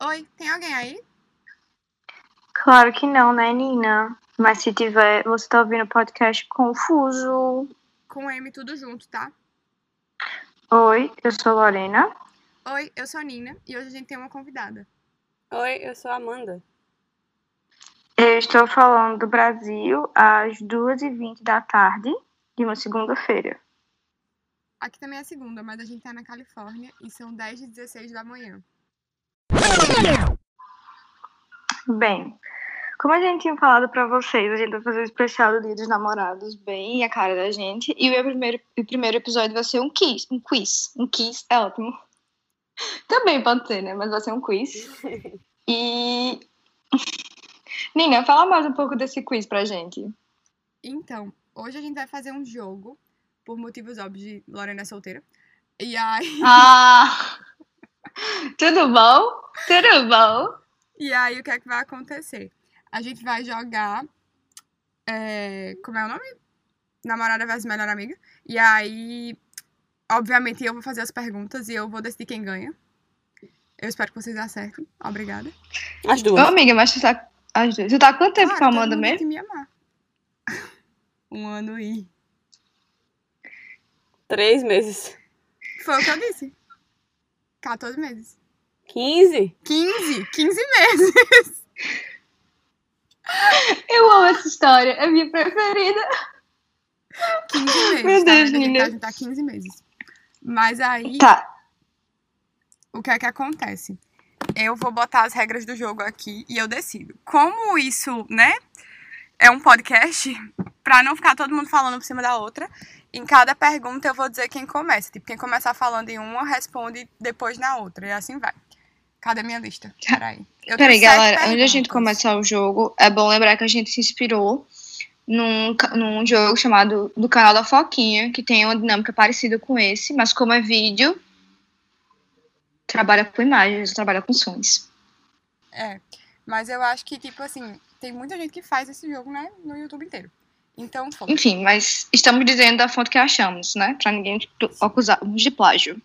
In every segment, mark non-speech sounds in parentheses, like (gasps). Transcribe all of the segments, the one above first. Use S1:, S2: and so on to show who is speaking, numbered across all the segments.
S1: Oi, tem alguém aí?
S2: Claro que não, né, Nina? Mas se tiver, você tá ouvindo o podcast confuso.
S1: Com M tudo junto, tá?
S2: Oi, eu sou Lorena.
S1: Oi, eu sou a Nina e hoje a gente tem uma convidada.
S3: Oi, eu sou a Amanda.
S2: Eu estou falando do Brasil às 2h20 da tarde de uma segunda-feira.
S1: Aqui também é segunda, mas a gente tá na Califórnia e são 10 e 16 da manhã.
S2: Bem, como a gente tinha falado pra vocês, a gente vai fazer um especial do Dia dos Namorados, bem a cara da gente. E o meu primeiro, o primeiro episódio vai ser um quiz. Um quiz. Um quiz é ótimo. (laughs) Também pode ser, né? Mas vai ser um quiz. E. (laughs) Nina, fala mais um pouco desse quiz pra gente.
S1: Então, hoje a gente vai fazer um jogo, por motivos óbvios de Lorena é solteira. E aí,
S2: Ah! (laughs) Tudo bom? Tudo bom?
S1: e aí o que é que vai acontecer? A gente vai jogar. é, como é o nome? Namorada versus melhor amiga. E aí, obviamente, eu vou fazer as perguntas e eu vou decidir quem ganha. Eu espero que vocês acertem. Obrigada.
S3: As
S2: Ô,
S3: duas.
S2: amiga, mas tu tá. As duas. Tu tá há quanto tempo
S1: Claro,
S2: com a
S1: todo
S2: Amanda
S1: mundo
S2: mesmo?
S1: que me amar. Um ano e.
S3: Três meses.
S1: Foi o que eu disse. 14 meses.
S3: Quinze?
S1: 15! 15 meses!
S2: Eu amo essa história, é minha preferida.
S1: 15 meses. tá
S2: Meu Deus,
S1: vendo? A gente
S2: menina.
S1: tá- A gente tá 15 meses. Mas aí,
S2: Tá,
S1: o que é que acontece? Eu vou botar as regras do jogo aqui e eu decido. Como isso, né, é um podcast, (laughs) pra não ficar todo mundo falando por cima da outra, em cada pergunta eu vou dizer quem começa. Tipo, quem começar falando em uma, responde depois na outra. E assim vai. Cadê minha lista? Peraí. Eu tenho
S2: peraí,
S1: sete
S2: galera, antes da gente
S1: perguntas.
S2: começar o jogo, é bom lembrar que a gente se inspirou num, ca- num jogo chamado do canal da Foquinha, que tem uma dinâmica parecida com esse, mas como é vídeo, trabalha com imagens, trabalha com sons.
S1: É, mas eu acho que, tipo assim, tem muita gente que faz esse jogo, né, no YouTube inteiro. Então, foda
S2: Enfim, mas estamos dizendo da fonte que achamos, né? Pra ninguém tu- acusarmos de plágio.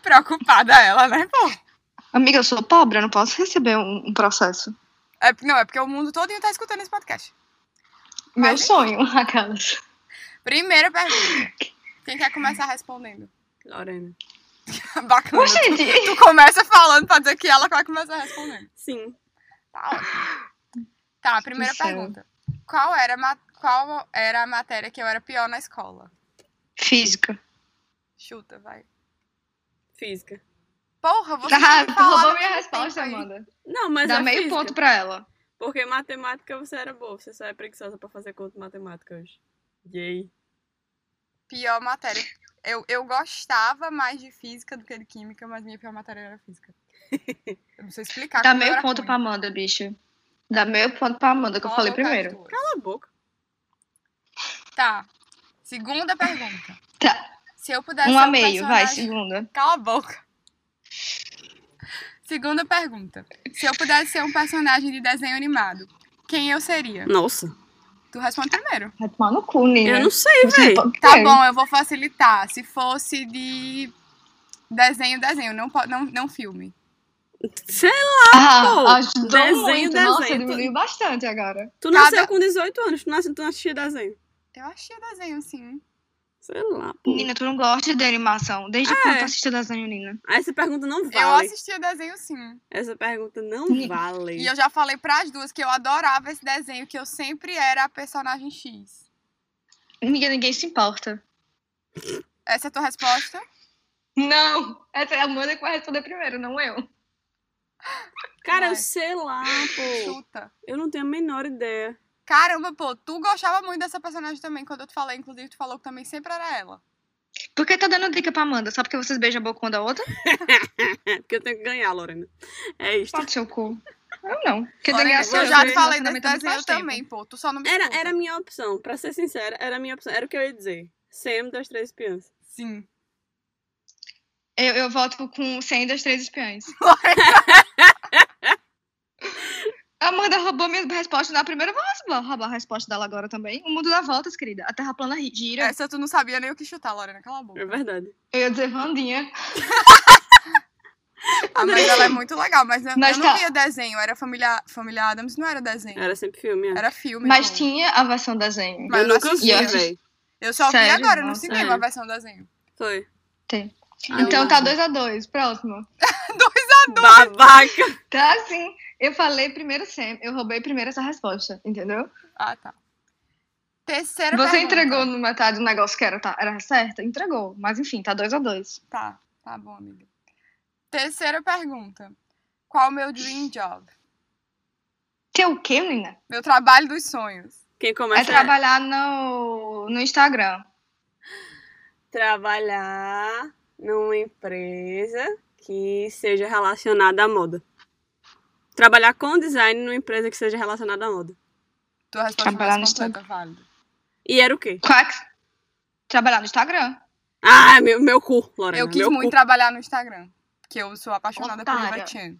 S1: preocupada ela, né, pô?
S2: Amiga, eu sou pobre, eu não posso receber um, um processo.
S1: É, não, é porque o mundo todo tá escutando esse podcast.
S2: Meu
S1: Mas-
S2: sonho, (laughs) aquelas.
S1: Primeira pergunta. Quem quer começar respondendo? (laughs)
S3: Lorena.
S1: Bacana. Tu,
S2: Gente,
S1: (laughs) tu começa falando pra dizer que ela vai começar respondendo.
S3: Sim.
S1: Tá ótimo. Tá, primeira
S2: Do céu.
S1: pergunta. Qual era, a ma- qual era a matéria que eu era pior na escola?
S2: física.
S1: Chuta, vai.
S3: Física.
S1: Porra, você
S2: Ah,
S1: tem que falar
S2: roubou
S1: no
S2: minha
S1: tempo
S2: resposta,
S1: aí.
S2: Amanda.
S3: Não, mas
S2: Dá
S3: é
S2: meio
S3: física.
S2: ponto pra ela.
S3: Porque matemática você era boa. Você só é preguiçosa pra fazer conta de matemática hoje. Yay.
S1: Pior matéria. Eu, eu gostava mais de física do que de química, mas minha pior matéria era física. Eu não sei explicar.
S2: Dá
S1: como eu
S2: meio
S1: era
S2: ponto
S1: ruim.
S2: pra Amanda, bicho. Dá meio ponto pra Amanda, que eu falei
S1: Coloca as
S2: primeiro.
S1: duas.
S3: Cala a boca.
S1: Tá. Segunda pergunta.
S2: Tá,
S1: Se eu pudesse
S2: um
S1: ser
S2: a
S1: um
S2: meio, vai,
S1: personagem-
S2: segunda.
S1: Cala a boca. Segunda pergunta. Se eu pudesse ser um personagem de desenho animado, quem eu seria?
S3: Nossa.
S1: Tu responde primeiro.
S2: Vai tomar no cu, Nina.
S3: Eu não sei,
S2: É. Você
S3: véi.
S2: pode-
S1: Tá
S2: É.
S1: bom, eu vou facilitar. Se fosse de desenho, desenho, não, po- não, não filme.
S3: Sei lá, pô.
S2: Ah, ajudou
S3: Desenho,
S2: muito. Nossa,
S3: desenho,
S2: diminuiu bastante agora.
S3: Tu
S1: Cada-
S3: nasceu com 18 anos. Tu nasceu, tu não assistia desenho.
S1: Eu achei desenho, sim.
S3: Sei lá, pô.
S2: Nina, tu não gosta de animação. Desde
S3: É.
S2: quando tu assiste desenho, Nina?
S3: Ah, Essa pergunta não
S1: Eu
S3: vale.
S1: assistia desenho, sim.
S3: Essa pergunta não
S2: Ni-
S3: vale.
S1: E eu já falei pras duas que eu adorava esse desenho, que eu sempre era a personagem X.
S2: Ninguém, ninguém se importa.
S1: Essa é a tua resposta?
S2: Não, essa é a Amanda que vai responder primeiro, não eu.
S3: Cara, eu
S1: Vai.
S3: sei lá, pô.
S1: Chuta.
S3: Eu não tenho a menor ideia.
S1: Caramba, pô, tu gostava muito dessa personagem também, quando eu te falei, inclusive, tu falou que também sempre era ela.
S2: Por que tá dando dica pra Amanda? Só porque vocês beijam a boca uma da outra?
S3: É, porque eu tenho que ganhar, Lorena. É isso.
S2: Pode seu cu. Eu não. Quer
S1: Olha,
S2: ganhar
S3: eu
S2: sou
S1: eu
S3: eu
S1: já
S3: tenho
S1: te falei desse
S2: tenho relacionamento há muito
S1: desenho
S2: mais tempo.
S1: também, pô, tu só não me
S3: Era,
S1: escuta.
S3: era a minha opção, pra ser sincera, era a minha opção. Era o que eu ia dizer. Sam das Três Espiãs.
S1: Sim.
S2: Eu, eu voto com 100 das três espiãs. Amanda roubou minha resposta na primeira vez. Vou roubar a resposta dela agora também. O mundo dá voltas, querida. A terra plana ri- gira.
S1: (laughs) Essa tu não sabia nem o que chutar, Lorena, cala a boca.
S3: É verdade.
S2: Eu ia dizer Vandinha.
S1: Ah, mas ela é muito legal, mas eu,
S2: Nós
S1: eu não
S2: tá-
S1: via desenho, era família, família Adams, não era desenho,
S3: Era sempre filme. é.
S1: era filme.
S2: Mas
S1: então.
S2: tinha a versão desenho.
S1: mas
S3: eu
S1: não
S3: nunca vi,
S2: assistia.
S3: véi.
S1: Eu só vi
S2: Sério?
S1: agora no
S2: Nossa,
S1: cinema
S3: é.
S1: a versão desenho.
S3: Foi.
S2: Tem.
S3: Ah,
S2: então um
S3: não.
S2: tá 2 a 2 próximo.
S3: (laughs) Babaca!
S2: Tá assim. Eu falei primeiro sempre, eu roubei primeiro essa resposta, entendeu?
S1: Ah, tá. Terceira
S2: Você
S1: pergunta.
S2: entregou no metade do negócio que era, tá, era certa? Entregou. Mas enfim, tá 2 a 2
S1: Tá, tá bom, amiga. Terceira pergunta. Qual o meu dream job?
S2: Que é o quê, menina?
S1: Meu trabalho dos sonhos.
S3: Quem
S2: É
S3: começa
S2: trabalhar no, no Instagram.
S3: trabalhar numa empresa que seja relacionada à moda. Trabalhar com design numa empresa que seja relacionada à moda.
S1: Tua resposta é
S2: Trabalhar no
S1: mais completa, válida.
S3: E era o quê?
S2: Quax. é Trabalhar no Instagram.
S3: Ah, meu, meu cu, Lorena.
S1: Eu quis
S3: meu
S1: muito
S3: cu.
S1: trabalhar no Instagram, que eu sou apaixonada por
S2: Otária.
S1: Eva Chan.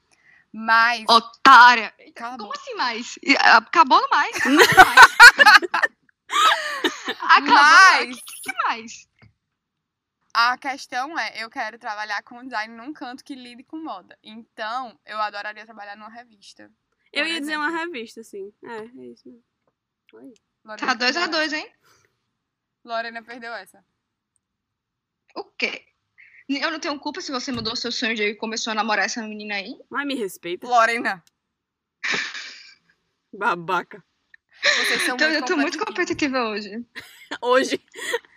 S1: Mas,
S2: Otária.
S1: cala a
S2: Como
S1: boca.
S2: assim mais? E, Acabou no mais? Acabou no (laughs) mais. Acabou no mais.
S1: Mas
S2: O que, que mais?
S1: a questão é, eu quero trabalhar com design num canto que lide com moda. Então, eu adoraria trabalhar numa revista.
S3: Eu
S1: por
S3: ia dizer uma
S1: exemplo.
S3: revista, assim. É, é isso mesmo. Oi.
S1: Lorena
S2: Tá 2 a
S1: perdeu
S2: 2 hein?
S1: essa. Lorena perdeu essa.
S2: O quê? Eu não tenho culpa se você mudou seu sonho de- e começou a namorar essa menina aí.
S3: Mas me respeita.
S1: Lorena,
S3: Babaca.
S1: vocês são
S2: Então
S1: muito
S2: eu tô muito
S1: competitivas.
S2: competitiva hoje.
S3: Hoje.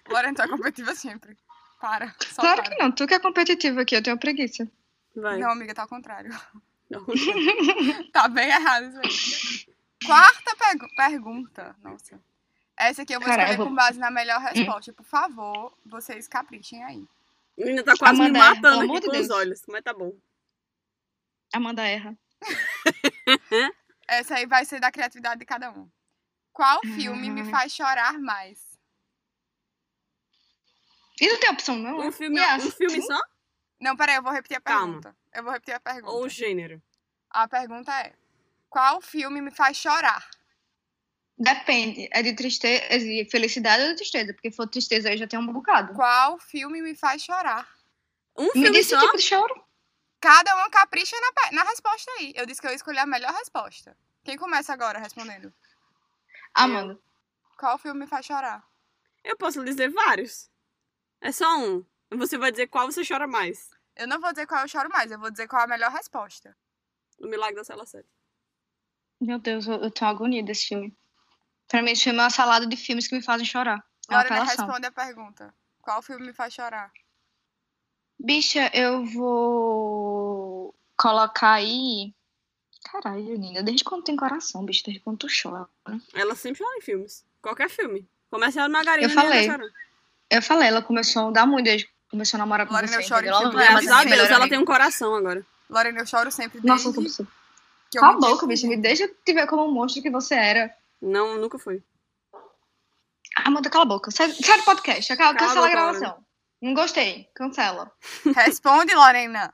S1: Lorena, tu é competitiva sempre. Para. Só
S2: Claro
S1: para.
S2: que não, tu que é competitiva aqui, eu tenho preguiça.
S3: Vai.
S1: Não, amiga, tá ao contrário.
S3: Não.
S1: Tá bem errado isso aí. Quarta pergu- pergunta. Nossa. Essa aqui eu vou
S2: Cara,
S1: escolher
S2: eu vou-
S1: com base na melhor resposta. Por favor, vocês caprichem aí.
S3: Menina tá quase
S2: Amanda,
S3: me matando
S2: pelo
S3: aqui
S2: amor de
S3: com os
S2: Deus.
S3: olhos. Mas tá bom.
S2: Amanda erra.
S1: Essa aí vai ser da criatividade de cada um. Qual filme me
S2: Hum.
S1: faz chorar mais?
S2: E não tem opção, não?
S3: Um
S2: né?
S3: filme,
S2: E é
S3: um filme
S2: assim?
S3: só?
S1: Não, peraí, eu vou repetir a
S3: Calma.
S1: pergunta. Eu vou repetir a pergunta.
S2: Tá.
S3: Ou gênero?
S1: A pergunta é: Qual filme me faz chorar?
S2: Depende. É de tristeza, é de felicidade ou de tristeza? Porque se for tristeza aí já tem um bocado.
S1: Qual filme me faz chorar?
S3: Um
S2: Me
S3: filme
S2: diz
S3: só?
S2: esse tipo de choro.
S1: Cada um capricha na, pe- na resposta aí. Eu disse que eu ia escolher a melhor resposta. Quem começa agora respondendo?
S2: Amanda.
S1: Qual filme me faz chorar?
S3: Eu posso lhe dizer vários. É só um. Você vai dizer qual você chora mais.
S1: Eu não vou dizer qual eu choro mais, eu vou dizer qual a melhor resposta.
S3: O Milagre da Sala 7.
S2: Meu Deus, eu, eu tenho agonia desse filme. Pra mim, esse filme é uma salada de filmes que me fazem chorar. É uma
S1: Lorena,
S2: apelação.
S1: responde a pergunta. Qual filme me faz chorar?
S2: Bicha, eu vou colocar aí. Caralho, Nina, desde quando tem coração, bicho, desde quando tu chora.
S3: Ela sempre chora em filmes. Qualquer filme. Começa ela na Garina
S2: Eu falei. Eu falei, ela começou a andar muito desde que começou a namorar com
S1: Olha,
S2: você.
S1: eu choro em
S2: entendeu? Ela é
S1: filme, é assim,
S2: vai
S1: graças
S2: amadurecer,
S1: a
S3: Graças a Deus, ela
S2: melhorar.
S3: tem um coração agora.
S1: Lorena, eu choro sempre
S2: Nossa, eu tô
S1: desde
S2: com-
S1: um que eu
S2: Cala a
S1: me dei
S2: boca,
S1: por
S2: bicho, me
S1: mim.
S2: deixa te ver como um monstro que você era.
S3: Não, nunca foi.
S2: Amanda, cala a boca. Sai, sai do podcast, acaba-
S3: Cala a
S2: cancela a
S3: boca, Laura.
S2: gravação. Não gostei, cancela.
S1: Responde, Lorena.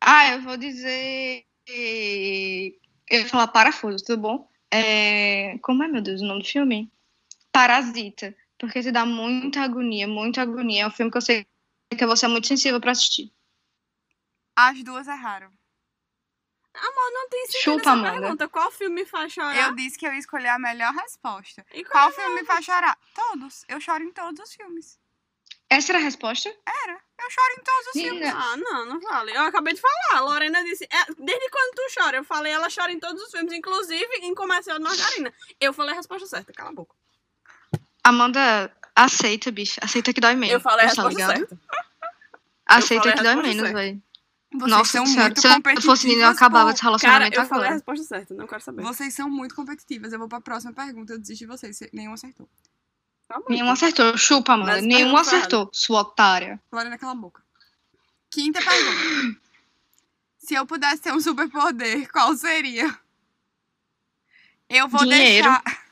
S2: Ah, eu vou dizer. Eu ia falar parafuso, tudo bom? É, Como é, meu Deus, o nome do filme? Parasita. Porque te dá muita agonia, muita agonia. É um filme que eu sei que você é muito sensível pra assistir.
S1: As duas erraram.
S3: Amor, não tem sentido
S2: Chupa,
S3: essa
S2: Amanda.
S3: pergunta. Qual filme faz chorar?
S1: Eu disse que eu ia escolher a melhor resposta.
S3: E qual...
S1: Qual filme me faz chorar? Todos. Eu choro em todos os filmes.
S2: Essa era a resposta?
S1: Eu choro em todos os filmes.
S2: Nina,
S3: Ah, não, não vale. Eu acabei de falar. A Lorena disse... é, desde quando tu chora? Eu falei, ela chora em todos os filmes, inclusive em Comercial de Margarina. Eu falei a resposta certa, cala a boca.
S2: Amanda, aceita, bicho. Aceita que dói menos.
S3: Eu falei a
S2: Tá
S3: resposta
S2: ligado?
S3: certa.
S2: Aceita
S3: falei a
S2: que dói
S3: resposta
S2: menos,
S3: certa.
S2: velho.
S1: Vocês
S2: Nossa
S1: são
S2: senhora,
S1: muito
S2: se eu fosse Nina, eu
S1: competitivas,
S2: acabava
S1: pô.
S2: esse
S3: Cara,
S2: relacionamento
S3: eu falei a
S2: agora.
S3: resposta certa, não quero saber.
S1: Vocês são muito competitivas. Eu vou pra próxima pergunta. Eu desisto de vocês. Cê- Nenhum acertou.
S3: Tá bom.
S2: Nenhum acertou. Chupa, Amanda.
S3: Mas
S2: Nenhum
S3: perguntaram.
S2: acertou, sua otária.
S1: Lorena, cala a boca. Quinta pergunta. Se eu pudesse ter um superpoder, qual seria? Eu vou
S2: Dinheiro.
S1: deixar.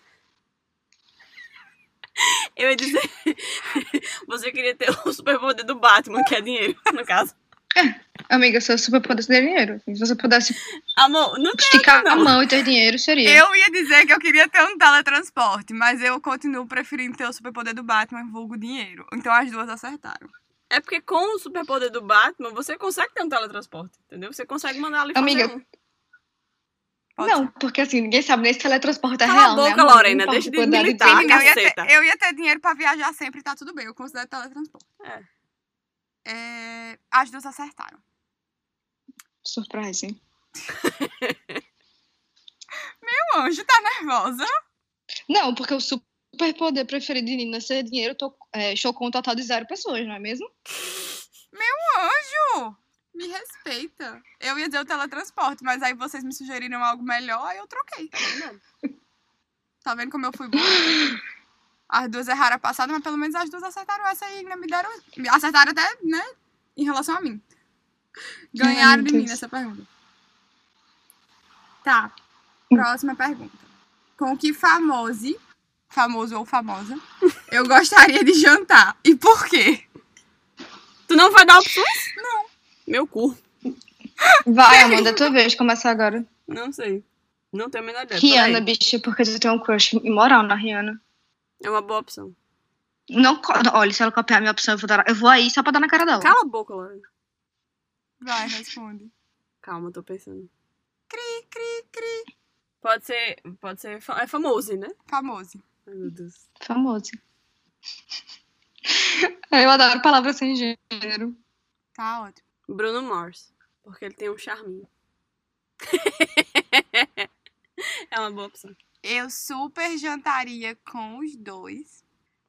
S3: Eu ia dizer. (laughs) Você queria ter o superpoder do Batman, que é dinheiro, no caso.
S2: Amiga, seu superpoder é dinheiro. Se você pudesse
S3: Amor, não tem.
S2: Esticar
S3: outro,
S2: a
S3: não.
S2: mão e ter dinheiro seria.
S1: Eu ia dizer que eu queria ter um teletransporte, mas eu continuo preferindo ter o superpoder do Batman, vulgo dinheiro. Então as duas acertaram.
S3: É porque com o superpoder do Batman, você consegue ter um teletransporte, entendeu? Você consegue mandar ali
S2: Amiga,
S3: fazer um.
S1: Pode
S2: Não, porque assim, ninguém sabe nem se teletransporta é
S3: Cala a
S2: real, né?
S3: boca,
S2: amor? Não
S3: Lorena,
S2: importa
S3: deixa de
S2: a quantidade
S3: militar,
S2: tempo.
S1: Menina, eu, ia
S3: caceta.
S1: ter, eu ia ter dinheiro pra viajar sempre e tá tudo bem. Eu considero teletransporte.
S3: É.
S1: É, as duas acertaram.
S2: Surprise.
S1: O anjo tá nervosa.
S2: Não, porque o superpoder preferido de Nina ser dinheiro to- é, chocou um total de zero pessoas, não é mesmo?
S1: O anjo! Me respeita. Eu ia dizer o teletransporte, mas aí vocês me sugeriram algo melhor, aí eu troquei. Tá vendo como eu fui boa? As duas erraram a passada, mas pelo menos as duas acertaram essa aí, né? Me deram. me Acertaram até, né? Em relação a mim. Ganharam de
S2: meu
S1: mim
S2: Deus.
S1: nessa pergunta. Tá. Próxima pergunta. Com que famose, famoso ou famosa, eu gostaria de jantar? E por quê?
S3: Tu não vai dar opções? Não. Meu cu.
S2: Vai, Amanda, tua vez, começa agora.
S3: Não sei. Não tenho a menor ideia.
S2: Rihanna,
S3: É, Peraí.
S2: bicho, porque tu tem um crush imoral na Rihanna.
S3: É uma boa opção.
S2: Não, co- olha, se ela copiar a minha opção, eu vou, dar, eu vou aí só pra dar na cara dela.
S3: Cala a boca, Lorena.
S1: Vai, responde.
S3: Calma, tô pensando.
S1: Cri, cri, cri.
S3: Pode ser. Pode ser. fa- É famoso, né?
S1: Famoso.
S3: Ai, meu Deus.
S2: Famoso. (laughs) Eu adoro palavras sem gênero.
S1: Tá ótimo.
S3: Bruno Mars. Porque ele tem um
S1: (laughs)
S3: charminho. é uma boa opção.
S1: Eu super jantaria com os dois,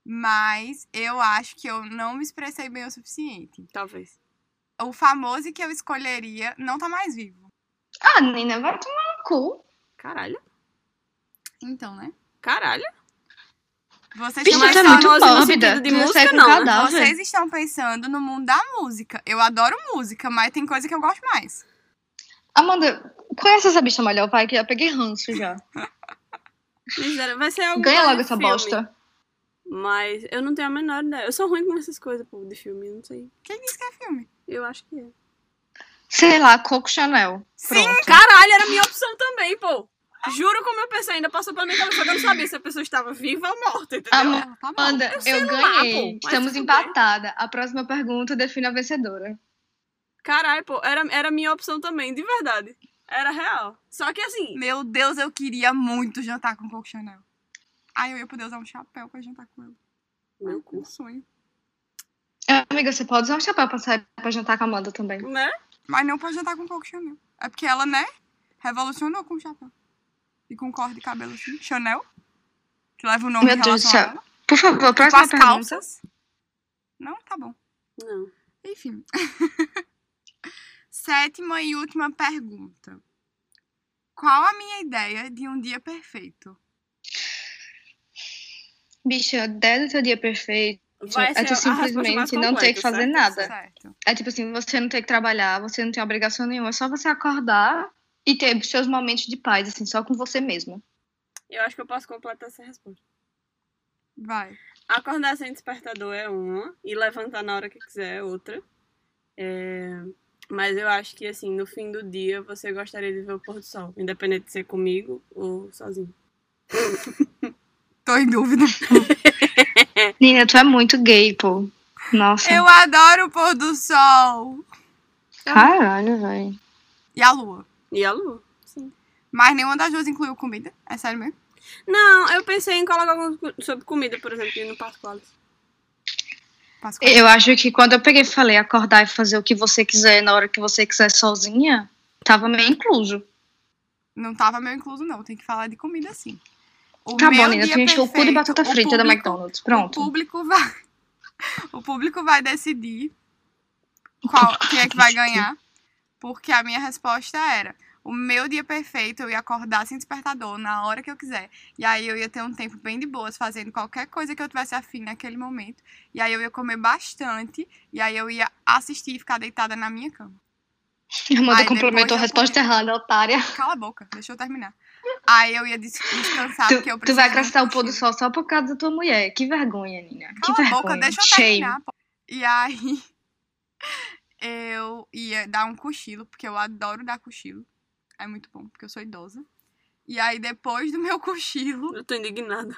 S1: mas eu acho que eu não me expressei bem o suficiente.
S3: Talvez.
S1: O famoso que eu escolheria não tá mais vivo.
S2: Ah, Nina, vai tomar no cu.
S3: Caralho.
S1: Então, né?
S3: Caralho.
S1: Vocês
S2: Bicho,
S1: estão
S2: tu é
S3: mais
S2: muito tá,
S3: famoso no
S2: mórbida.
S3: sentido de
S2: Tu ia
S3: música,
S2: sair com
S3: não, né?
S2: cadáver.
S1: Vocês estão pensando no mundo da música. Eu adoro música, mas tem coisa que eu gosto mais.
S2: Amanda, conhece essa bicha melhor, pai, que eu peguei ranço já.
S3: Miséria, Vai ser algo.
S2: Ganha
S3: mais
S2: logo
S3: de
S2: essa
S3: filme.
S2: bosta.
S3: Mas eu não tenho a menor ideia. Eu sou ruim com essas coisas, povo, de filme. eu Não sei.
S1: Quem disse que é filme?
S3: Eu acho que é.
S2: Sei lá, Coco Chanel.
S1: Sim,
S2: Pronto.
S3: Caralho, era minha opção também, pô. Juro como eu pensei, ainda passou pela minha cabeça. Eu não sabia se a pessoa estava viva ou morta, entendeu?
S2: Amor.
S1: Ela tá mal.
S2: Amanda, eu,
S3: sei lá, pô,
S2: ganhei.
S3: mas
S2: Estamos
S3: tudo bem.
S2: empatada. A próxima pergunta define a vencedora.
S3: Caralho, pô, era, era minha opção também, de verdade. Era real. Só que assim,
S1: Meu Deus, eu queria muito jantar com Coco Chanel. Ai, eu ia poder usar um chapéu pra jantar com ela.
S3: meu cu.
S1: Um sonho.
S2: Amiga, você pode usar um chapéu pra sair pra jantar com a Amanda também.
S3: Né?
S1: Mas não pra jantar com Coco Chanel. É porque ela, né, revolucionou com o chapéu. E com corda de cabelo assim. Chanel. Que leva o nome
S2: Meu
S1: em
S2: Deus do
S1: relação a ela.
S2: céu. Por favor,
S1: Com
S2: próxima
S1: as
S2: é pergunta.
S1: calças. Não, tá bom.
S3: Não.
S1: Enfim. (laughs) Sétima e última pergunta. Qual a minha ideia de um dia perfeito?
S2: Bicha, a ideia do seu dia perfeito
S3: Vai
S2: é
S3: ser
S2: tu
S3: a resposta mais
S2: simplesmente não ter que
S3: completa,
S2: fazer
S3: certo?
S2: nada.
S1: Certo.
S2: É tipo assim, você não tem que trabalhar, você não tem obrigação nenhuma, é só você acordar e ter os seus momentos de paz, assim, só com você mesmo.
S3: Eu acho que eu posso completar essa resposta.
S1: Vai.
S3: Acordar sem despertador é uma, e levantar na hora que quiser é outra. É, Mas eu acho que, assim, no fim do dia, você gostaria de ver o pôr do sol, independente de ser comigo ou sozinho.
S1: Tô em dúvida.
S2: (laughs) Nina, tu é muito gay, pô. Nossa.
S1: Eu adoro o pôr do sol.
S2: Caralho, velho.
S1: E a lua.
S3: E a lua? Sim.
S1: Mas nenhuma das duas incluiu comida. É sério mesmo?
S3: Não, eu pensei em colocar alguma co- sobre comida, por exemplo, um e no Pascoal.
S1: Passo com-
S2: Eu acho que quando eu peguei e falei acordar e fazer o que você quiser na hora que você quiser sozinha, tava meio incluso.
S1: Não tava meu incluso, não. Tem que falar de comida sim. O
S2: Tá bom,
S1: meu
S2: Nina,
S1: dia
S2: tu encheu o cu de
S1: perfeito,
S2: batata
S1: o
S2: frita da
S1: público-
S2: McDonald's. Pronto.
S1: O público vai. (laughs) O público vai decidir
S2: (laughs)
S1: qual, quem é que vai ganhar. Porque a minha resposta era: o meu dia perfeito, eu ia acordar sem despertador, na hora que eu quiser. E aí eu ia ter um tempo bem de boas, fazendo qualquer coisa que eu tivesse afim naquele momento. E aí eu ia comer bastante. E aí eu ia assistir e ficar deitada na minha cama.
S2: A Amanda
S1: Ai,
S2: complementou
S1: depois
S2: a
S1: eu
S2: resposta errada, otária.
S1: Cala a boca, deixa eu terminar. Aí eu ia des- descansar,
S2: Tu,
S1: porque eu
S2: tu
S1: preciso.
S2: vai
S1: de um
S2: acrescentar o pôr do
S1: cochilo.
S2: sol só por causa da tua mulher. Que vergonha, Nina. Que
S1: Cala a
S2: vergonha.
S1: boca, deixa eu
S2: Shame.
S1: terminar. pô. E aí, (laughs) eu ia dar um cochilo, porque eu adoro dar cochilo. É muito bom, porque eu sou idosa. E aí, depois do meu cochilo, (laughs)
S3: Eu tô indignada.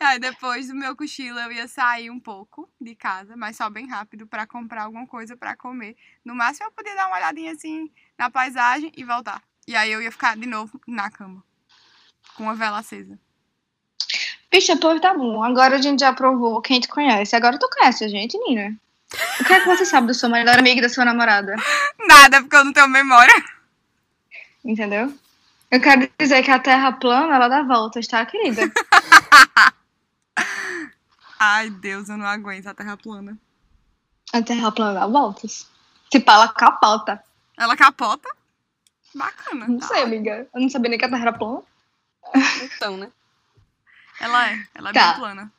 S1: Aí depois do meu cochilo eu ia sair um pouco de casa, mas só bem rápido pra comprar alguma coisa pra comer. No máximo eu podia dar uma olhadinha assim na paisagem e voltar. E aí eu ia ficar de novo na cama. Com a vela acesa.
S2: Bicha, pois tá bom. Agora a gente já provou quem te conhece. Agora tu conhece a gente, Nina. O que é que você sabe do seu melhor amigo e da sua namorada?
S1: Nada, porque eu não tenho memória.
S2: Entendeu? Eu quero dizer que a Terra plana, ela dá voltas, tá, querida?
S1: Ai, Deus, eu não aguento a terra plana.
S2: A Terra plana dá voltas. Se pá, ela capota.
S1: Ela capota? Bacana.
S2: Não
S1: tá
S2: sei, amiga. Eu não sabia nem que a Terra era plana.
S3: Então, né?
S1: Ela é, ela é
S2: Tá.
S1: bem plana.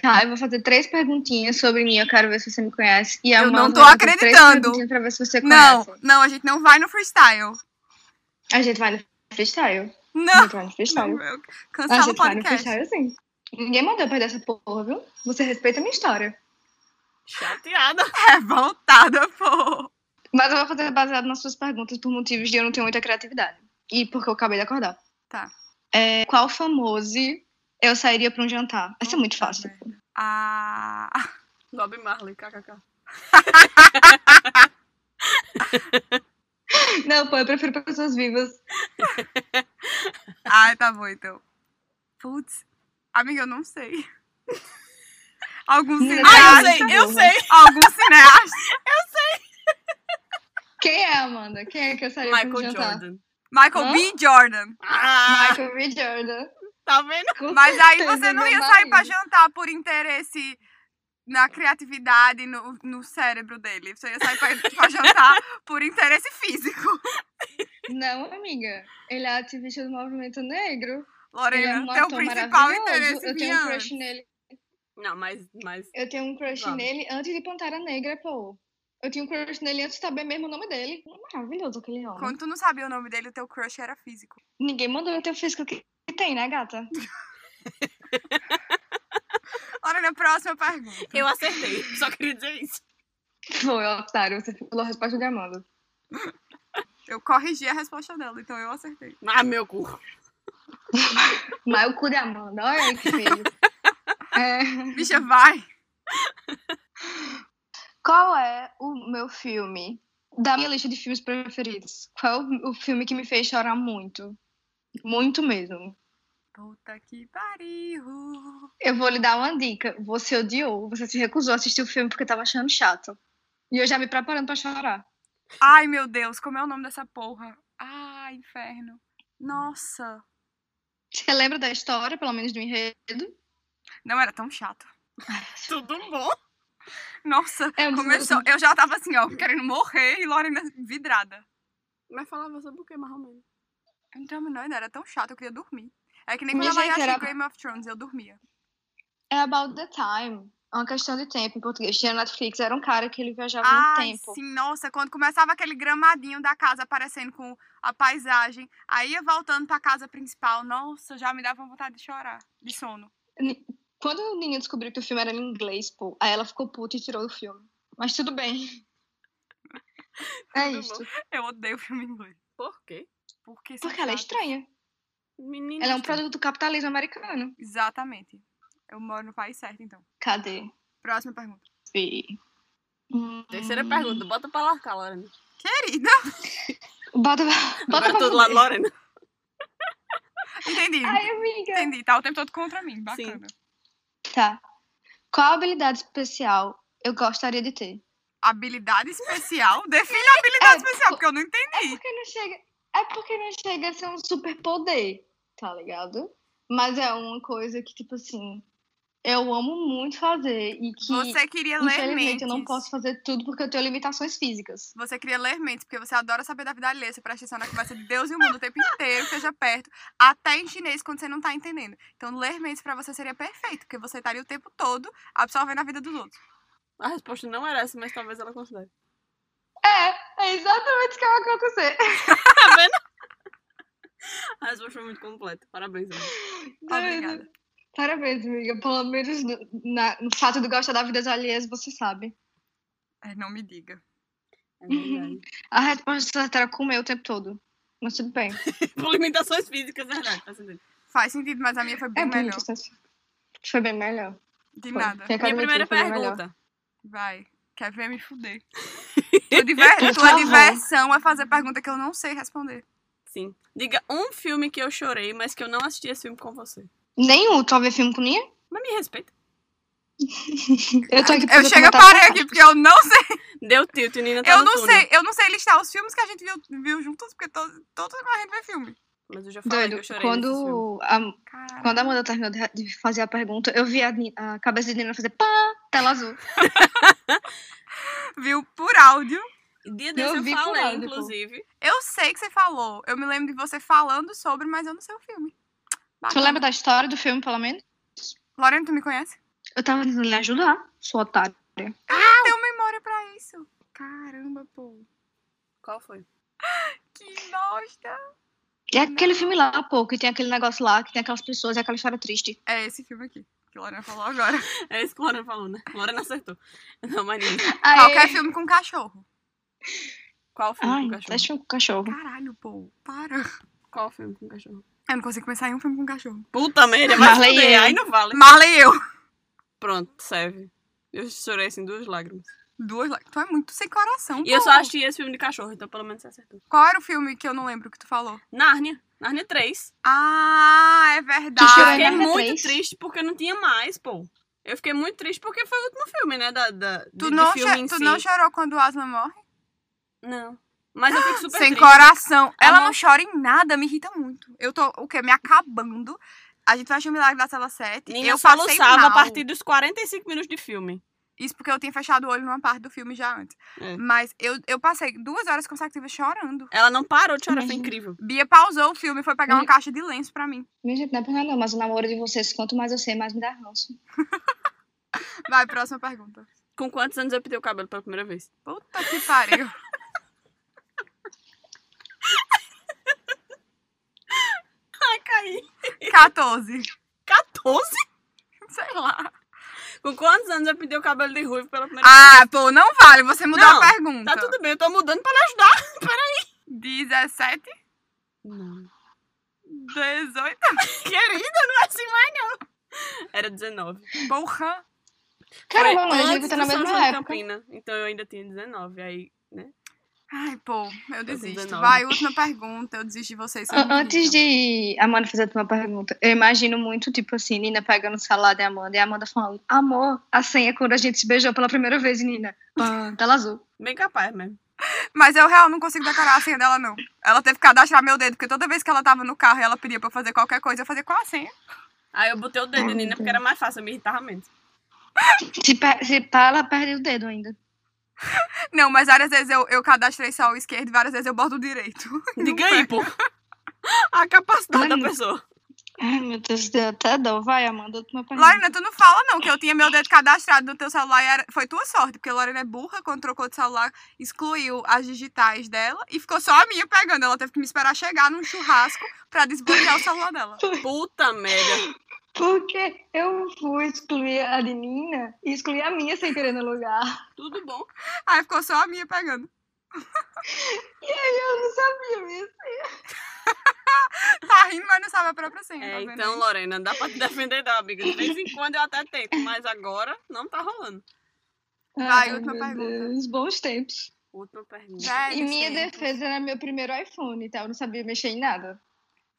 S2: Tá, eu vou fazer três perguntinhas sobre mim. Eu quero ver se você me conhece. E a
S1: Eu não
S2: Amanda
S1: tô
S2: vai fazer três
S1: acreditando.
S2: perguntinhas Pra ver se você
S1: Não,
S2: conhece.
S1: não, a gente não vai no freestyle.
S2: A gente vai no freestyle. A
S1: Não,
S2: gente vai no
S1: não,
S2: freestyle. Ah,
S1: eu
S2: A
S1: cancela o
S2: gente vai no
S1: podcast.
S2: freestyle, sim. Ninguém mandou eu perder essa porra, viu? Você respeita a minha história.
S3: Chateada.
S1: Revoltada, É, pô.
S2: Mas eu vou fazer baseado nas suas perguntas por motivos de eu não ter muita criatividade. E porque eu acabei de acordar.
S1: Tá.
S2: É, qual famoso eu sairia pra um jantar? Essa é muito fácil.
S1: Ah, (laughs)
S3: Bob Marley, kkk.
S2: Não, pô, eu prefiro pessoas vivas.
S1: ai, tá bom então. Putz, amiga, eu não sei. (laughs) Algum
S2: Menina,
S1: cineasta.
S2: tá
S3: Ah,
S2: Ai,
S3: eu sei, eu
S2: burra.
S3: sei.
S1: Algum cineasta.
S2: Quem é, Amanda? Quem é que eu sairia pra um
S3: Michael
S2: jantar?
S3: Jordan.
S1: Michael
S2: Hã?
S1: B. Jordan.
S3: Ah,
S2: Michael B. Jordan.
S3: tá vendo?
S2: Com
S1: Mas aí
S2: certeza,
S1: você não
S2: meu
S1: ia sair pra
S2: marido.
S1: jantar por interesse na criatividade, no, no cérebro dele. Você ia sair pra, pra jantar por interesse físico.
S2: Não, amiga. Ele é ativista do movimento negro. ele é
S1: Lorena,
S2: um
S1: teu
S2: ator
S1: principal
S2: maravilhoso.
S1: interesse
S2: Eu tenho um
S1: vinha
S2: crush
S1: antes.
S2: nele.
S3: Não, mas, mas
S2: Eu tenho um crush
S3: Vamos.
S2: nele antes de Pantera Negra, pô. Eu tinha um crush nele antes de saber mesmo o nome dele. Maravilhoso aquele homem.
S1: Quando tu não sabia o nome dele, o teu crush era físico.
S2: Ninguém mandou eu ter o físico que que tem, né, gata?
S1: Lorena, próxima pergunta.
S3: eu acertei. Só queria dizer isso.
S2: (laughs) Foi, otário. Você falou a resposta de Amanda.
S1: Eu corrigi a resposta dela, então eu acertei.
S3: Ah, meu cu.
S2: Mas o cu de Amanda. Olha aí que feio. (laughs) É.
S1: Bicha, vai!
S2: Qual é o meu filme? Da minha lista de filmes preferidos. Qual é o filme que me fez chorar muito? Muito mesmo.
S1: Puta que pariu!
S2: Eu vou lhe dar uma dica. Você odiou, você se recusou a assistir o filme porque tava achando chato. E eu já me preparando pra chorar.
S1: Ai, meu Deus, como é o nome dessa porra? Ai, inferno. Nossa,
S2: Você lembra da história, pelo menos do enredo?
S1: não era tão chato.
S3: Tudo bom?
S1: Nossa,
S2: É, mas-
S1: começou. Eu já tava assim, ó, querendo morrer e Lorena vidrada.
S3: Mas falava sobre o que, mais ou menos?
S1: Eu não tenho a menor ideia, era é tão chato, eu queria dormir. É que nem quando
S2: Minha
S1: ela ia
S2: gente,
S1: assistir
S2: era-
S1: Game of Thrones, eu dormia.
S2: É About the Time. É uma questão de tempo em português. Tinha na Netflix, era um cara que ele viajava no
S1: Ai,
S2: tempo.
S1: sim, nossa, quando começava aquele gramadinho da casa aparecendo com a paisagem, aí ia voltando pra casa principal, nossa, já me dava vontade de chorar, de sono.
S2: Quando o Ninho descobriu que o filme era em inglês, pô, aí ela ficou puta e tirou do filme. Mas tudo bem. (laughs) É
S3: Tudo
S2: isso.
S1: Eu odeio filme em inglês.
S3: Por quê?
S1: Porque, são
S2: Porque ela é
S1: chatos.
S2: estranha.
S3: Menina.
S2: Ela é um
S3: estranha.
S2: produto do capitalismo americano.
S1: Exatamente. Eu moro no país certo, então.
S2: Cadê?
S1: Próxima pergunta.
S2: Fih. Hum.
S3: Terceira pergunta. Bota pra lascar, Lorena.
S1: Querida! (laughs)
S2: Bota, bota
S3: Bota
S2: pra
S3: tudo lá,
S2: fuder.
S3: Lorena.
S1: Entendi.
S2: Ai, amiga.
S1: Entendi. Tá o tempo todo contra mim. Bacana.
S2: Tá. Qual habilidade especial eu gostaria de ter?
S1: Habilidade especial? Defina a habilidade
S2: (laughs) É,
S1: especial,
S2: co-
S1: porque eu não entendi.
S2: É porque não chega, é porque não chega a ser um superpoder, tá ligado? Mas é uma coisa que, tipo assim, eu amo muito fazer e que,
S1: Você queria ler
S2: infelizmente,
S1: mentes.
S2: eu não posso fazer tudo porque eu tenho limitações físicas.
S1: Você queria ler mentes, porque você adora saber da vida alheia. Você presta atenção na conversa de Deus e o mundo o tempo inteiro, esteja perto. Até em chinês, quando você não tá entendendo. Então, ler mentes pra você seria perfeito, porque você estaria o tempo todo absorvendo a vida dos outros.
S3: A resposta não era essa, mas talvez ela considere.
S2: É, é exatamente o que vai acontecer.
S1: Tá,
S3: A resposta foi muito completa. Parabéns, Ana.
S1: Obrigada.
S2: Parabéns, amiga. Pelo menos no, na- no fato de gostar da vida alheias, você sabe.
S1: É, não me diga.
S3: É verdade.
S2: (laughs) A resposta certa era comer o tempo todo. Mas tudo bem.
S3: Por limitações físicas, é verdade. Tá sentindo.
S1: Faz sentido, mas a minha foi bem
S2: É
S1: melhor.
S2: bonito. essas- Foi bem melhor.
S1: De
S2: Foi.
S1: nada.
S2: Tem cada
S3: Minha primeira
S2: motivo pra ser melhor.
S3: pergunta.
S1: Vai. Quer ver me
S2: (laughs)
S1: fuder. Tua, diver- tua
S2: favor.
S1: diversão é fazer pergunta que eu não sei responder.
S3: Sim. Diga um filme que eu chorei, mas que eu não assisti esse filme com você.
S2: Nenhum, tu vê filme com ninguém?
S3: Mas me respeita.
S2: Eu tô aqui pra
S1: Eu
S2: fazer
S1: chego e
S2: comentário.
S1: parei aqui, porque eu não sei.
S3: Deu tilt, Nina tá
S1: Eu
S3: no
S1: não
S3: túnel.
S1: sei, eu não sei listar os filmes que a gente viu, viu juntos, porque todos, todos a gente vê filme.
S3: Mas eu já falei que
S2: Doido,
S3: eu chorei nesse
S2: quando
S3: filme.
S2: a,
S1: Caralho.
S2: quando a Amanda terminou de, de fazer a pergunta, eu vi a, Ni- a cabeça de Nina fazer pá, tela azul.
S1: Viu por áudio.
S3: Dia desse eu,
S2: vi por
S3: falei,
S2: áudio, pô.
S3: inclusive.
S1: Eu sei que você falou. Eu me lembro de você falando sobre, mas eu não sei o filme.
S2: Tu lembra da história do filme, pelo menos?
S1: Lorena, tu me conhece?
S2: Eu tava tentando lhe ajudar, sua otária.
S1: Eu tenho memória pra isso. Caramba, pô.
S3: Qual foi?
S1: Que bosta.
S2: E é aquele filme lá, pô, que tem aquele negócio lá, que tem aquelas pessoas e aquela história triste.
S1: É esse filme aqui, que Lorena falou agora.
S3: É isso que Lorena falou, né? Lorena acertou. Não, mas Nina.
S2: Aê.
S1: Qualquer filme com Ah, cachorro.
S3: Qual filme
S2: Ai,
S3: com cachorro?
S2: deixa o cachorro.
S1: Caralho, pô. Para.
S3: Qual filme com cachorro?
S1: Eu não consigo pensar em um filme com cachorro.
S3: Puta merda, mas
S2: Marley e
S3: fudei,
S2: eu.
S3: aí não vale.
S1: Marley e eu.
S3: Pronto, serve. Eu chorei assim duas lágrimas.
S1: Duas lá. Tu é muito sem coração,
S3: E eu
S1: pô.
S3: só achei esse filme de cachorro, então pelo menos você acertou.
S1: Qual era o filme que eu não lembro que tu falou?
S3: Nárnia. Nárnia 3.
S1: Ah, é
S3: Eu
S2: chorou
S1: verdade.
S2: em
S3: fiquei
S2: Nárnia
S3: muito
S2: 3?
S3: triste porque não tinha mais, pô. Eu fiquei muito triste porque foi o último filme, né? Da, da, de-
S1: Tu,
S3: de
S1: não,
S3: filme
S1: cho-
S3: em
S1: tu
S3: si.
S1: não chorou quando o Aslan morre?
S3: Não. Mas
S1: (gasps)
S3: eu fico super
S1: Sem
S3: triste.
S1: coração. Ela
S3: Amor.
S1: não chora em nada, me irrita muito. Eu tô, o quê? Me acabando. A gente vai achar o milagre da cela 7.
S3: Nina
S1: eu
S3: só
S1: passei
S3: lançava
S1: mal.
S3: a partir dos 45 minutos de filme.
S1: Isso porque eu tinha fechado o olho numa parte do filme já antes.
S3: É.
S1: Mas eu, eu passei duas horas consecutivas chorando.
S3: Ela não parou de chorar, foi
S2: Imagina.
S3: incrível.
S1: Bia pausou o filme e foi pegar
S3: Hum.
S1: uma
S2: Ele-
S1: caixa de lenço pra mim.
S2: Minha gente, não é por nada não, mas o namoro de vocês, quanto mais eu sei, mais me dá ranço.
S1: Vai, próxima pergunta.
S3: Com quantos anos eu pintei o cabelo pela primeira vez?
S1: Puta que
S3: (laughs)
S1: pariu.
S3: Ai, caí.
S1: 14.
S3: 14?
S1: Sei lá.
S3: Com quantos anos eu pintei o cabelo de ruivo pela primeira vez?
S1: Ah, então. pô, não vale. Você mudou
S3: Não,
S1: a pergunta.
S3: Tá tudo bem, eu tô mudando pra lhe ajudar.
S1: 17,
S3: Não.
S1: 18.
S3: Querida, não é assim mais não. Era 19.
S1: Porra.
S2: Caramba,
S3: Foi
S2: mano, a
S3: antes
S2: gente tá na
S3: do São
S2: mesma
S3: João de
S2: época.
S3: Campina, então eu ainda tinha 19, aí, né?
S1: Ai, pô, eu desisto.
S3: 19.
S1: Vai, última pergunta. Eu desisto de vocês. vocês
S2: An-
S1: não
S2: Ah, Antes
S1: desistam.
S2: de Amanda fazer a tua pergunta, eu imagino muito, tipo assim, Nina pegando salada e Amanda, e a Amanda falando, amor, a senha é quando a gente se beijou pela primeira vez, Nina. Pã, tela azul.
S3: Bem capaz mesmo.
S1: Mas eu real não consigo decorar a senha dela, não. Ela teve que cadastrar meu dedo, porque toda vez que ela tava no carro e ela pedia pra eu fazer qualquer coisa, eu fazia qual a senha?
S3: Aí eu botei o dedo
S2: Ai,
S3: em Nina porque era mais fácil, eu me irritava menos.
S2: Se, pe- se pá, ela perde o dedo ainda.
S1: Não, mas várias vezes eu, eu cadastrei só o esquerdo e várias vezes eu boto o direito.
S3: Diga aí, pô. A capacidade
S2: Ai,
S3: da
S2: meu-
S3: pessoa.
S2: Ai, meu Deus, deu até dó. Vai, Amanda, última pergunta.
S1: Lorena, tu não fala, não, que eu tinha meu dedo cadastrado no teu celular e era... foi tua sorte, porque Lorena é burra, quando trocou de celular, excluiu as digitais dela e ficou só a minha pegando. Ela teve que me esperar chegar num churrasco pra desbloquear o celular dela.
S3: Puta merda.
S2: Porque eu fui excluir a de Nina e excluir a minha sem querer no lugar.
S3: Tudo bom.
S1: Aí ficou só a minha pegando. (laughs)
S2: Eu não sabia isso.
S1: Tá rindo, mas não sabe a própria senha. tá
S3: É,
S1: vendo
S3: então,
S1: aí?
S3: Lorena, dá pra te defender da briga. De vez em quando eu até tento, mas agora não tá rolando.
S1: Vai, última pergunta.
S2: Deus, bons tempos.
S3: Última pergunta.
S1: Já é
S2: e minha
S1: diferente.
S2: defesa era meu primeiro iPhone, então eu não sabia mexer em nada.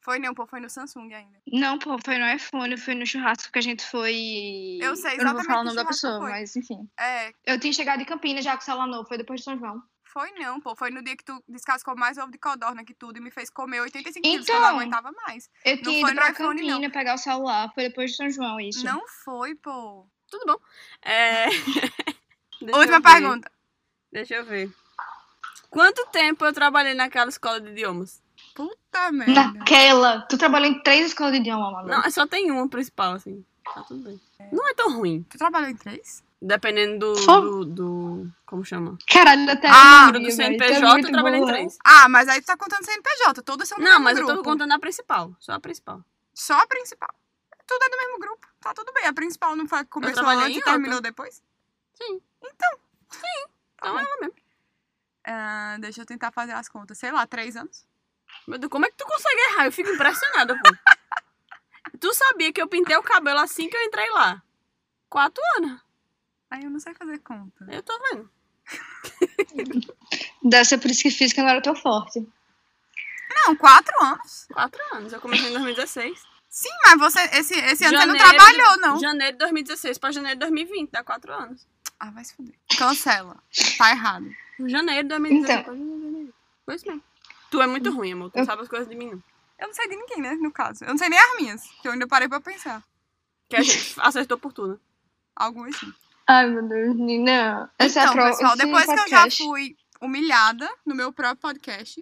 S1: Foi não, pô, foi no Samsung ainda.
S2: Não, pô, foi no iPhone, foi no churrasco que a gente foi.
S1: Eu sei
S2: Eu não vou
S1: exatamente
S2: falar o
S1: que
S2: nome da
S1: churrasco
S2: pessoa,
S1: foi.
S2: mas enfim.
S1: É,
S2: Eu tinha chegado em Campinas já com o celular novo, foi depois de São João.
S1: foi não, pô. Foi no dia que tu descascou mais ovo de codorna que tudo e me fez comer 85 quilos, que eu
S2: Então.
S1: não aguentava mais.
S2: Eu tinha
S1: foi
S2: ido
S1: no
S2: pra
S1: iPhone, não.
S2: Campina pegar o celular, foi depois de São João isso.
S1: Não foi, pô.
S3: Tudo bom. É... (laughs) Deixa eu
S1: última
S3: ver.
S1: pergunta.
S3: Deixa eu ver. Quanto tempo eu trabalhei naquela escola de idiomas?
S1: Puta merda.
S2: Naquela! Tu trabalhou em três escolas de idioma, mano.
S3: Não, só tem uma principal, assim. Tá tudo bem. Não é tão ruim.
S1: Tu trabalhou em três?
S3: Dependendo do.
S2: Só?
S3: do, do- como chama?
S2: Caralho, até
S1: Ah,
S2: eu
S3: Número do
S2: lembrei, velho. Tu é
S3: CNPJ, eu
S2: muito
S3: trabalhei em
S2: boa.
S3: três.
S1: Ah, mas aí tu tá contando CNPJ. Todas são do
S3: Não,
S1: mesmo
S3: mas eu
S1: grupo.
S3: tô contando a principal. Só a principal.
S1: Só a principal. Tudo é do mesmo grupo. Tá tudo bem. A principal não foi a que começou
S3: trabalhei
S1: antes
S3: em
S1: e terminou depois?
S3: Sim.
S1: Então.
S3: Então é ela mesmo.
S1: Ah, deixa eu tentar fazer as contas. Sei lá, três anos?
S3: (laughs) Meu Deus, como é que tu consegue errar? Eu fico impressionada, pô. Tu sabia que eu pintei o cabelo assim que eu entrei lá? Quatro anos.
S1: Aí eu não sei fazer conta.
S3: Eu tô vendo.
S2: Deve ser por isso que física não era tão forte.
S1: Não, quatro anos.
S3: Quatro anos. Eu comecei em 2016.
S1: Sim, mas você, esse, esse ano você não
S3: Janeiro
S1: trabalhou,
S3: de-
S1: não.
S3: Janeiro de 2016 pra janeiro de 2020, dá quatro anos.
S1: Ah, vai se fuder. Cancela. Tá errado.
S3: Janeiro de 2016
S2: Então. Hum.
S3: pra janeiro de 2020. Foi isso mesmo. Tu é muito ruim, amor. Tu não sabe as coisas de mim, não.
S1: Eu não sei de ninguém, né? No caso. Eu não sei nem as minhas, que eu ainda parei pra pensar.
S3: Que a gente
S2: (laughs)
S3: acertou por tudo.
S1: Algumas sim.
S2: Ai, meu Deus, Nina. Essa é a
S1: Então,
S2: prova.
S1: pessoal,
S2: esse
S1: depois que eu já
S2: podcast-
S1: fui humilhada no meu próprio podcast,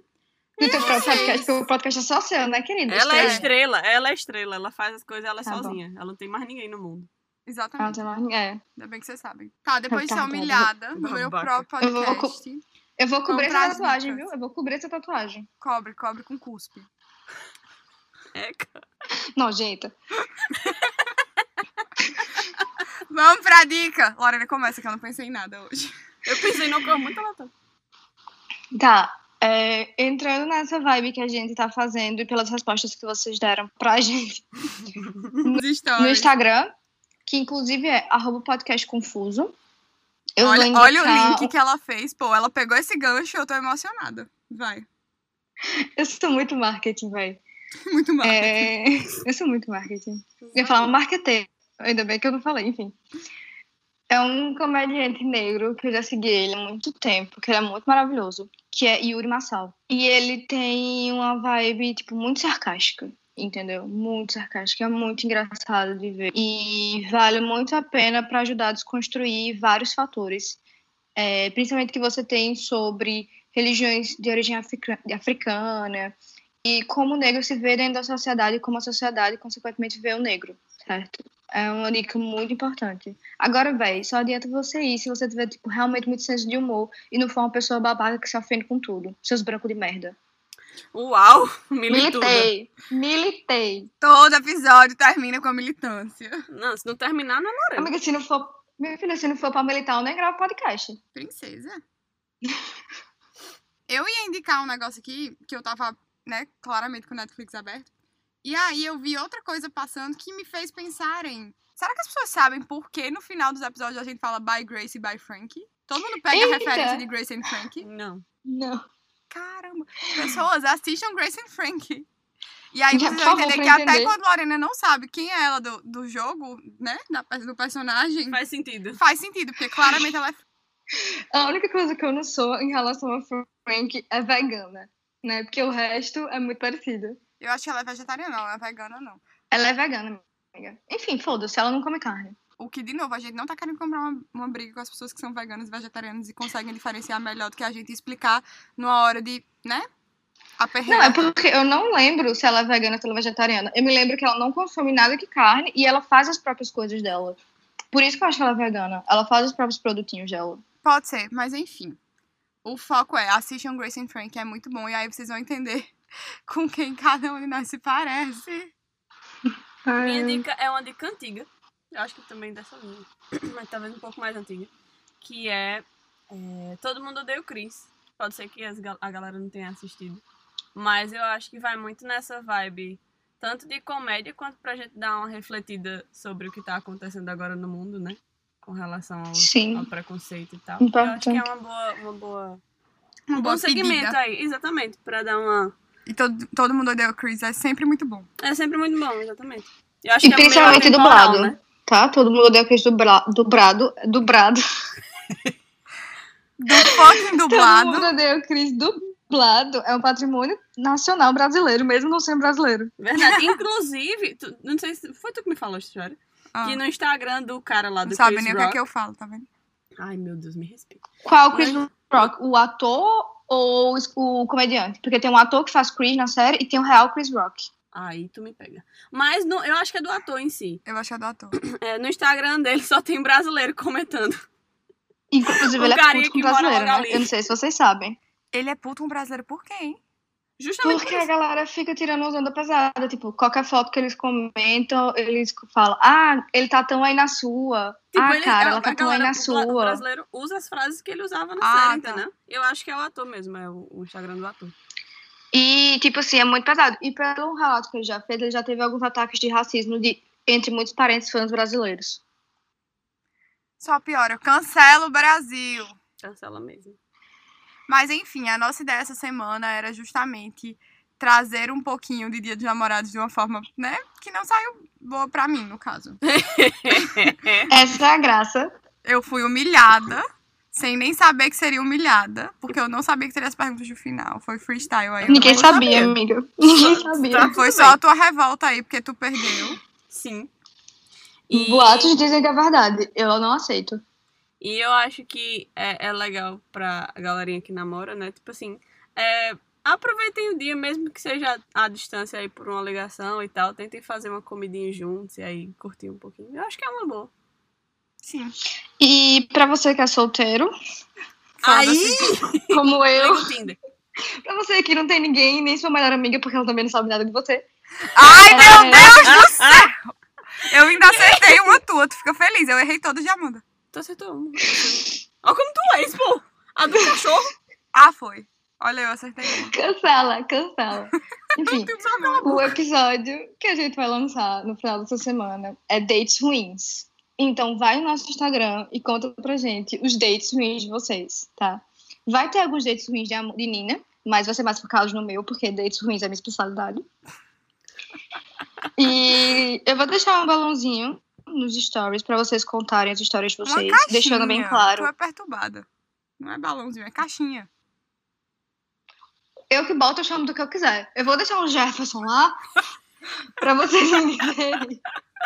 S2: Do teu próprio podcast, porque o podcast é só seu, né, querida?
S3: Ela é
S1: Estrela.
S3: estrela, ela é estrela. Ela faz as coisas ela é
S2: Tá bom.
S3: sozinha. Ela não tem mais ninguém no mundo.
S2: Não,
S1: exatamente,
S2: tem mais ninguém. É.
S1: ainda bem que vocês sabem. Tá, depois de
S2: Tá,
S1: ser
S2: tá,
S1: humilhada no meu
S3: Babaca.
S1: próprio podcast,
S2: Eu vou- Eu vou cobrir
S1: traz
S2: essa tatuagem,
S1: dicas.
S2: viu? Eu vou cobrir essa tatuagem.
S1: cobre, cobre com cuspe.
S3: É, cara.
S2: Não, jeito.
S1: Vamos pra dica! Lorena, começa que eu não pensei em nada hoje.
S3: Eu pensei no corpo muito latão.
S2: Tá. é, entrando nessa vibe que a gente tá fazendo e pelas respostas que vocês deram pra (laughs) gente
S1: As
S2: no
S1: histórias.
S2: Instagram, que inclusive é arroba podcast confuso. Eu
S1: olha,
S2: vou
S1: olha
S2: indicar-
S1: o link que ela fez, pô. Ela pegou esse gancho, eu tô emocionada. Vai. (laughs)
S2: Eu sou muito marketing, velho.
S1: Muito mal.
S2: É. eu sou muito marketing. Eu ia falar um marqueteiro. Ainda bem que eu não falei, enfim. É um comediante negro que eu já segui ele há muito tempo, que ele é muito maravilhoso, que é Yuri Massal. E ele tem uma vibe, tipo, muito sarcástica, entendeu? Muito sarcástica, é muito engraçado de ver. E vale muito a pena para ajudar a desconstruir vários fatores, é, principalmente que você tem sobre religiões de origem africa- africana, e como o negro se vê dentro da sociedade, e como a sociedade, consequentemente, vê o negro, certo? É uma dica muito importante. Agora, véi, só adianta você ir se você tiver, tipo, realmente muito senso de humor e não for uma pessoa babaca que se ofende com tudo. Seus brancos de merda. um
S3: Uau! (laughs) Milituda.
S2: Militei!
S1: Todo episódio termina com a militância.
S3: Não, se não terminar, não é Lorena.
S2: Amiga, se não for... Minha filha, se não for pra militar, eu nem gravo podcast.
S1: Princesa. eu ia indicar um negócio aqui que eu tava, né, claramente com o Netflix aberto. E aí eu vi outra coisa passando que me fez pensar em. Será que as pessoas sabem por que no final dos episódios a gente fala by Grace e by Frankie? Todo mundo pega a
S2: Eita!
S1: referência de Grace and Frankie.
S3: Não.
S2: Não.
S1: Caramba! Pessoas, assistam Grace and Frankie. E aí
S2: Já,
S1: vocês
S2: por
S1: vão
S2: favor,
S1: entender
S2: pra
S1: que até
S2: entender.
S1: quando Lorena não sabe quem é ela do, do jogo, né? Da, do personagem,
S3: Faz sentido.
S1: faz sentido, porque claramente ela é
S2: A única coisa que eu não sou em relação a Frank é vegana, né? Porque o resto é muito parecido.
S1: Eu acho que ela é vegetariana, ela não é vegana, não.
S2: Ela é vegana, amiga. Enfim, foda-se, ela não come carne.
S1: O que, de novo, a gente não tá querendo comprar uma, uma briga com as pessoas que são veganas e vegetarianas e conseguem diferenciar melhor do que a gente explicar numa hora de, né?
S2: Não, é
S1: Aperrear.
S2: porque eu não lembro se ela é vegana ou se ela é vegetariana. Eu me lembro que ela não consome nada que carne e ela faz as próprias coisas dela. Por isso que eu acho que ela é vegana. Ela faz os próprios produtinhos dela.
S1: Pode ser, mas enfim. O foco é assistam Grace and Frank, é muito bom, e aí vocês vão entender (laughs) com quem cada um de nós se parece.
S3: Minha dica é uma dica antiga. Eu acho que também dessa linha. (clears throat) Mas talvez um pouco mais antiga. Que é, é, Todo Mundo Odeia o Chris. Pode ser que as gal- a galera não tenha assistido. Mas eu acho que vai muito nessa vibe. Tanto de comédia quanto pra gente dar uma refletida sobre o que tá acontecendo agora no mundo, né? Com relação ao,
S2: Sim.
S3: ao preconceito e tal. Eu acho
S2: Importante.
S3: que é uma boa, uma boa,
S1: Uma
S3: um
S1: boa
S3: bom segmento
S1: pedida.
S3: aí. Exatamente. Pra dar uma.
S1: E todo, todo mundo odeia o Chris, é sempre muito bom.
S3: É sempre muito bom, exatamente. Eu acho
S2: E
S3: que é meio
S2: principalmente
S3: atemporal,
S2: dublado. Tá? Todo mundo odeia o queijo dubla- dubrado. Dubrado.
S1: Do
S3: (laughs)
S1: fucking
S2: Todo
S1: dublado.
S2: mundo odeia o Cris dublado. É um patrimônio nacional brasileiro, mesmo não sendo brasileiro.
S3: Verdade. Inclusive, tu- não sei se foi tu que me falou essa história.
S1: Ah,
S3: Que no Instagram do cara lá do
S1: não sabe
S3: Chris
S1: nem o que
S3: Rock.
S1: é que eu falo, tá vendo?
S3: Ai, meu Deus, me respeita.
S2: Qual Chris
S3: Mas-
S2: Rock? O ator ou o es- o comediante? Porque tem um ator que faz Chris na série e tem o real Chris Rock.
S3: Aí tu me pega. Mas no- eu acho que é do ator em si.
S1: Eu acho que é do ator.
S3: É, no Instagram dele só tem brasileiro comentando.
S2: Inclusive,
S3: O
S2: ele é
S3: carinha
S2: puto com
S3: que mora
S2: brasileiro,
S3: logo
S2: né?
S3: ali.
S2: Eu não sei se vocês sabem.
S1: Ele é puto com brasileiro por quê, hein?
S3: Justamente por
S2: Porque a galera fica tirando as onda pesada. Tipo, qualquer foto que eles comentam, eles falam: Ah, ele tá tão aí na sua.
S3: Tipo,
S2: ah,
S3: ele-
S2: cara,
S3: a-
S2: ela
S3: a
S2: tá tão aí
S3: galera
S2: na
S3: do lado
S2: sua.
S3: brasileiro usa as frases que ele usava na
S1: Ah,
S3: série,
S1: tá.
S3: entendeu? Eu acho que é o ator mesmo, é o, o Instagram do ator.
S2: E, tipo assim, é muito pesado. E pelo relato que ele já fez, ele já teve alguns ataques de racismo de, entre muitos parentes fãs brasileiros.
S1: Só piora. Eu cancelo o Brasil.
S3: Cancela mesmo.
S1: Mas enfim, a nossa ideia essa semana era justamente trazer um pouquinho de Dia dos Namorados de uma forma, né? Que não saiu boa pra mim, no caso.
S2: Essa é a graça.
S1: Eu fui humilhada, sem nem saber que seria humilhada, porque eu não sabia que teria as perguntas do final. Foi freestyle aí. eu
S2: Ninguém
S1: não
S2: sabia, amiga. Ninguém sabia.
S3: tá.
S1: Foi só a tua revolta aí, porque tu perdeu.
S3: Sim. E-
S2: Boatos dizem que é verdade. Eu não aceito.
S3: E eu acho que é, é legal pra galerinha que namora, né? Tipo assim, é, aproveitem o dia, mesmo que seja à distância aí por uma ligação e tal. Tentem fazer uma comidinha juntos e aí curtir um pouquinho. Eu acho que é uma boa.
S2: (laughs)
S1: Sim.
S2: E pra você que é
S1: (laughs)
S2: solteiro,
S1: Foda-se.
S2: como
S3: Liga
S2: eu,
S3: Ah, o Tinder.
S2: pra você que não tem ninguém, nem sua melhor amiga, porque ela também não sabe nada de você.
S1: Ai, meu
S2: É.
S1: Deus do
S3: Ah,
S1: céu! Eu ainda acertei uma tua, tu fica feliz. Eu errei todas de Amanda.
S3: Tu acertou uma. Olha como tu és, pô! A do cachorro.
S1: Ah, foi. Olha, eu acertei uma.
S2: Cancela, cancela. Enfim, o episódio que a gente vai lançar no final dessa semana é dates ruins. Então vai no nosso Instagram e conta pra gente os dates ruins de vocês, tá? Vai ter alguns dates ruins de, am- de Nina, mas vai ser mais focado no meu, porque dates ruins é minha especialidade. E eu vou deixar um balãozinho nos stories pra vocês contarem as histórias de
S1: Uma
S2: vocês,
S1: caixinha.
S2: deixando bem
S1: Tu
S2: claro.
S1: é perturbada. Não é balãozinho, é caixinha.
S2: Eu que boto, eu chamo do que eu quiser. Eu vou deixar um Jefferson lá pra vocês me dizerem. (laughs)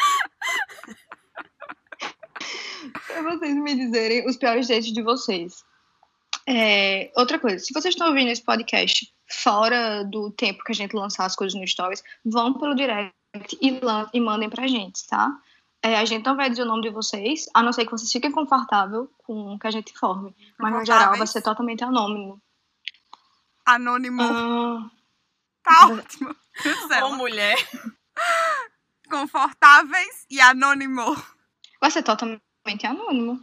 S2: pra vocês me dizerem os piores dates de vocês. É, outra coisa, se vocês estão ouvindo esse podcast fora do tempo que a gente lançar as coisas no Stories, vão pelo direct e, lan- e mandem pra gente, tá? É, a gente não vai dizer o nome de vocês, a não ser que vocês fiquem confortável com o que a gente informe. Mas, no geral, vai
S1: Confortáveis.
S2: ser totalmente anônimo.
S1: Anônimo.
S2: Ah,
S1: Tá ótimo. Cancela.
S3: Ô, mulher. (laughs)
S1: Confortáveis e anônimo.
S2: Vai ser totalmente anônimo.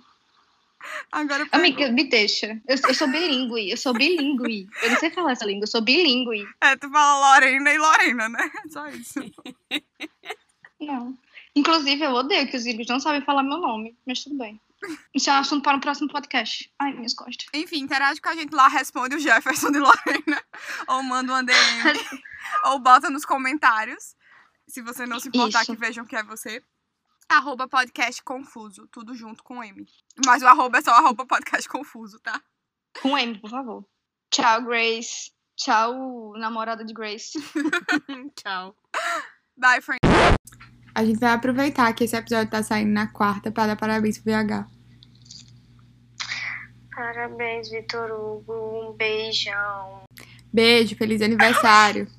S1: Agora eu
S2: Amiga, me deixa. Eu, eu sou bilíngue, eu sou bilíngue. Eu não sei falar essa língua, eu sou bilíngue.
S1: É, tu fala Lorena e Lorena, né? Só isso.
S2: Não. Inclusive, eu odeio que os gringos não sabem falar meu nome, mas tudo bem. Isso é um assunto para o próximo podcast. Ai, minhas costas.
S1: Enfim, interage com a gente lá, responde o Jefferson de (laughs) Lorena. Ou manda um DM. ou bota nos comentários. Se você não se importar,
S2: Isso.
S1: que vejam que é você. Arroba podcast confuso, tudo junto com M. Mas o arroba é só arroba podcast confuso, tá?
S2: Com M, por favor. Tchau, Grace. Tchau, namorada de Grace.
S3: Tchau.
S1: Bye, friend. A gente vai aproveitar que esse episódio tá saindo na quarta para dar parabéns pro VH.
S2: Parabéns, Vitor Hugo. Um beijão.
S1: Beijo, feliz aniversário.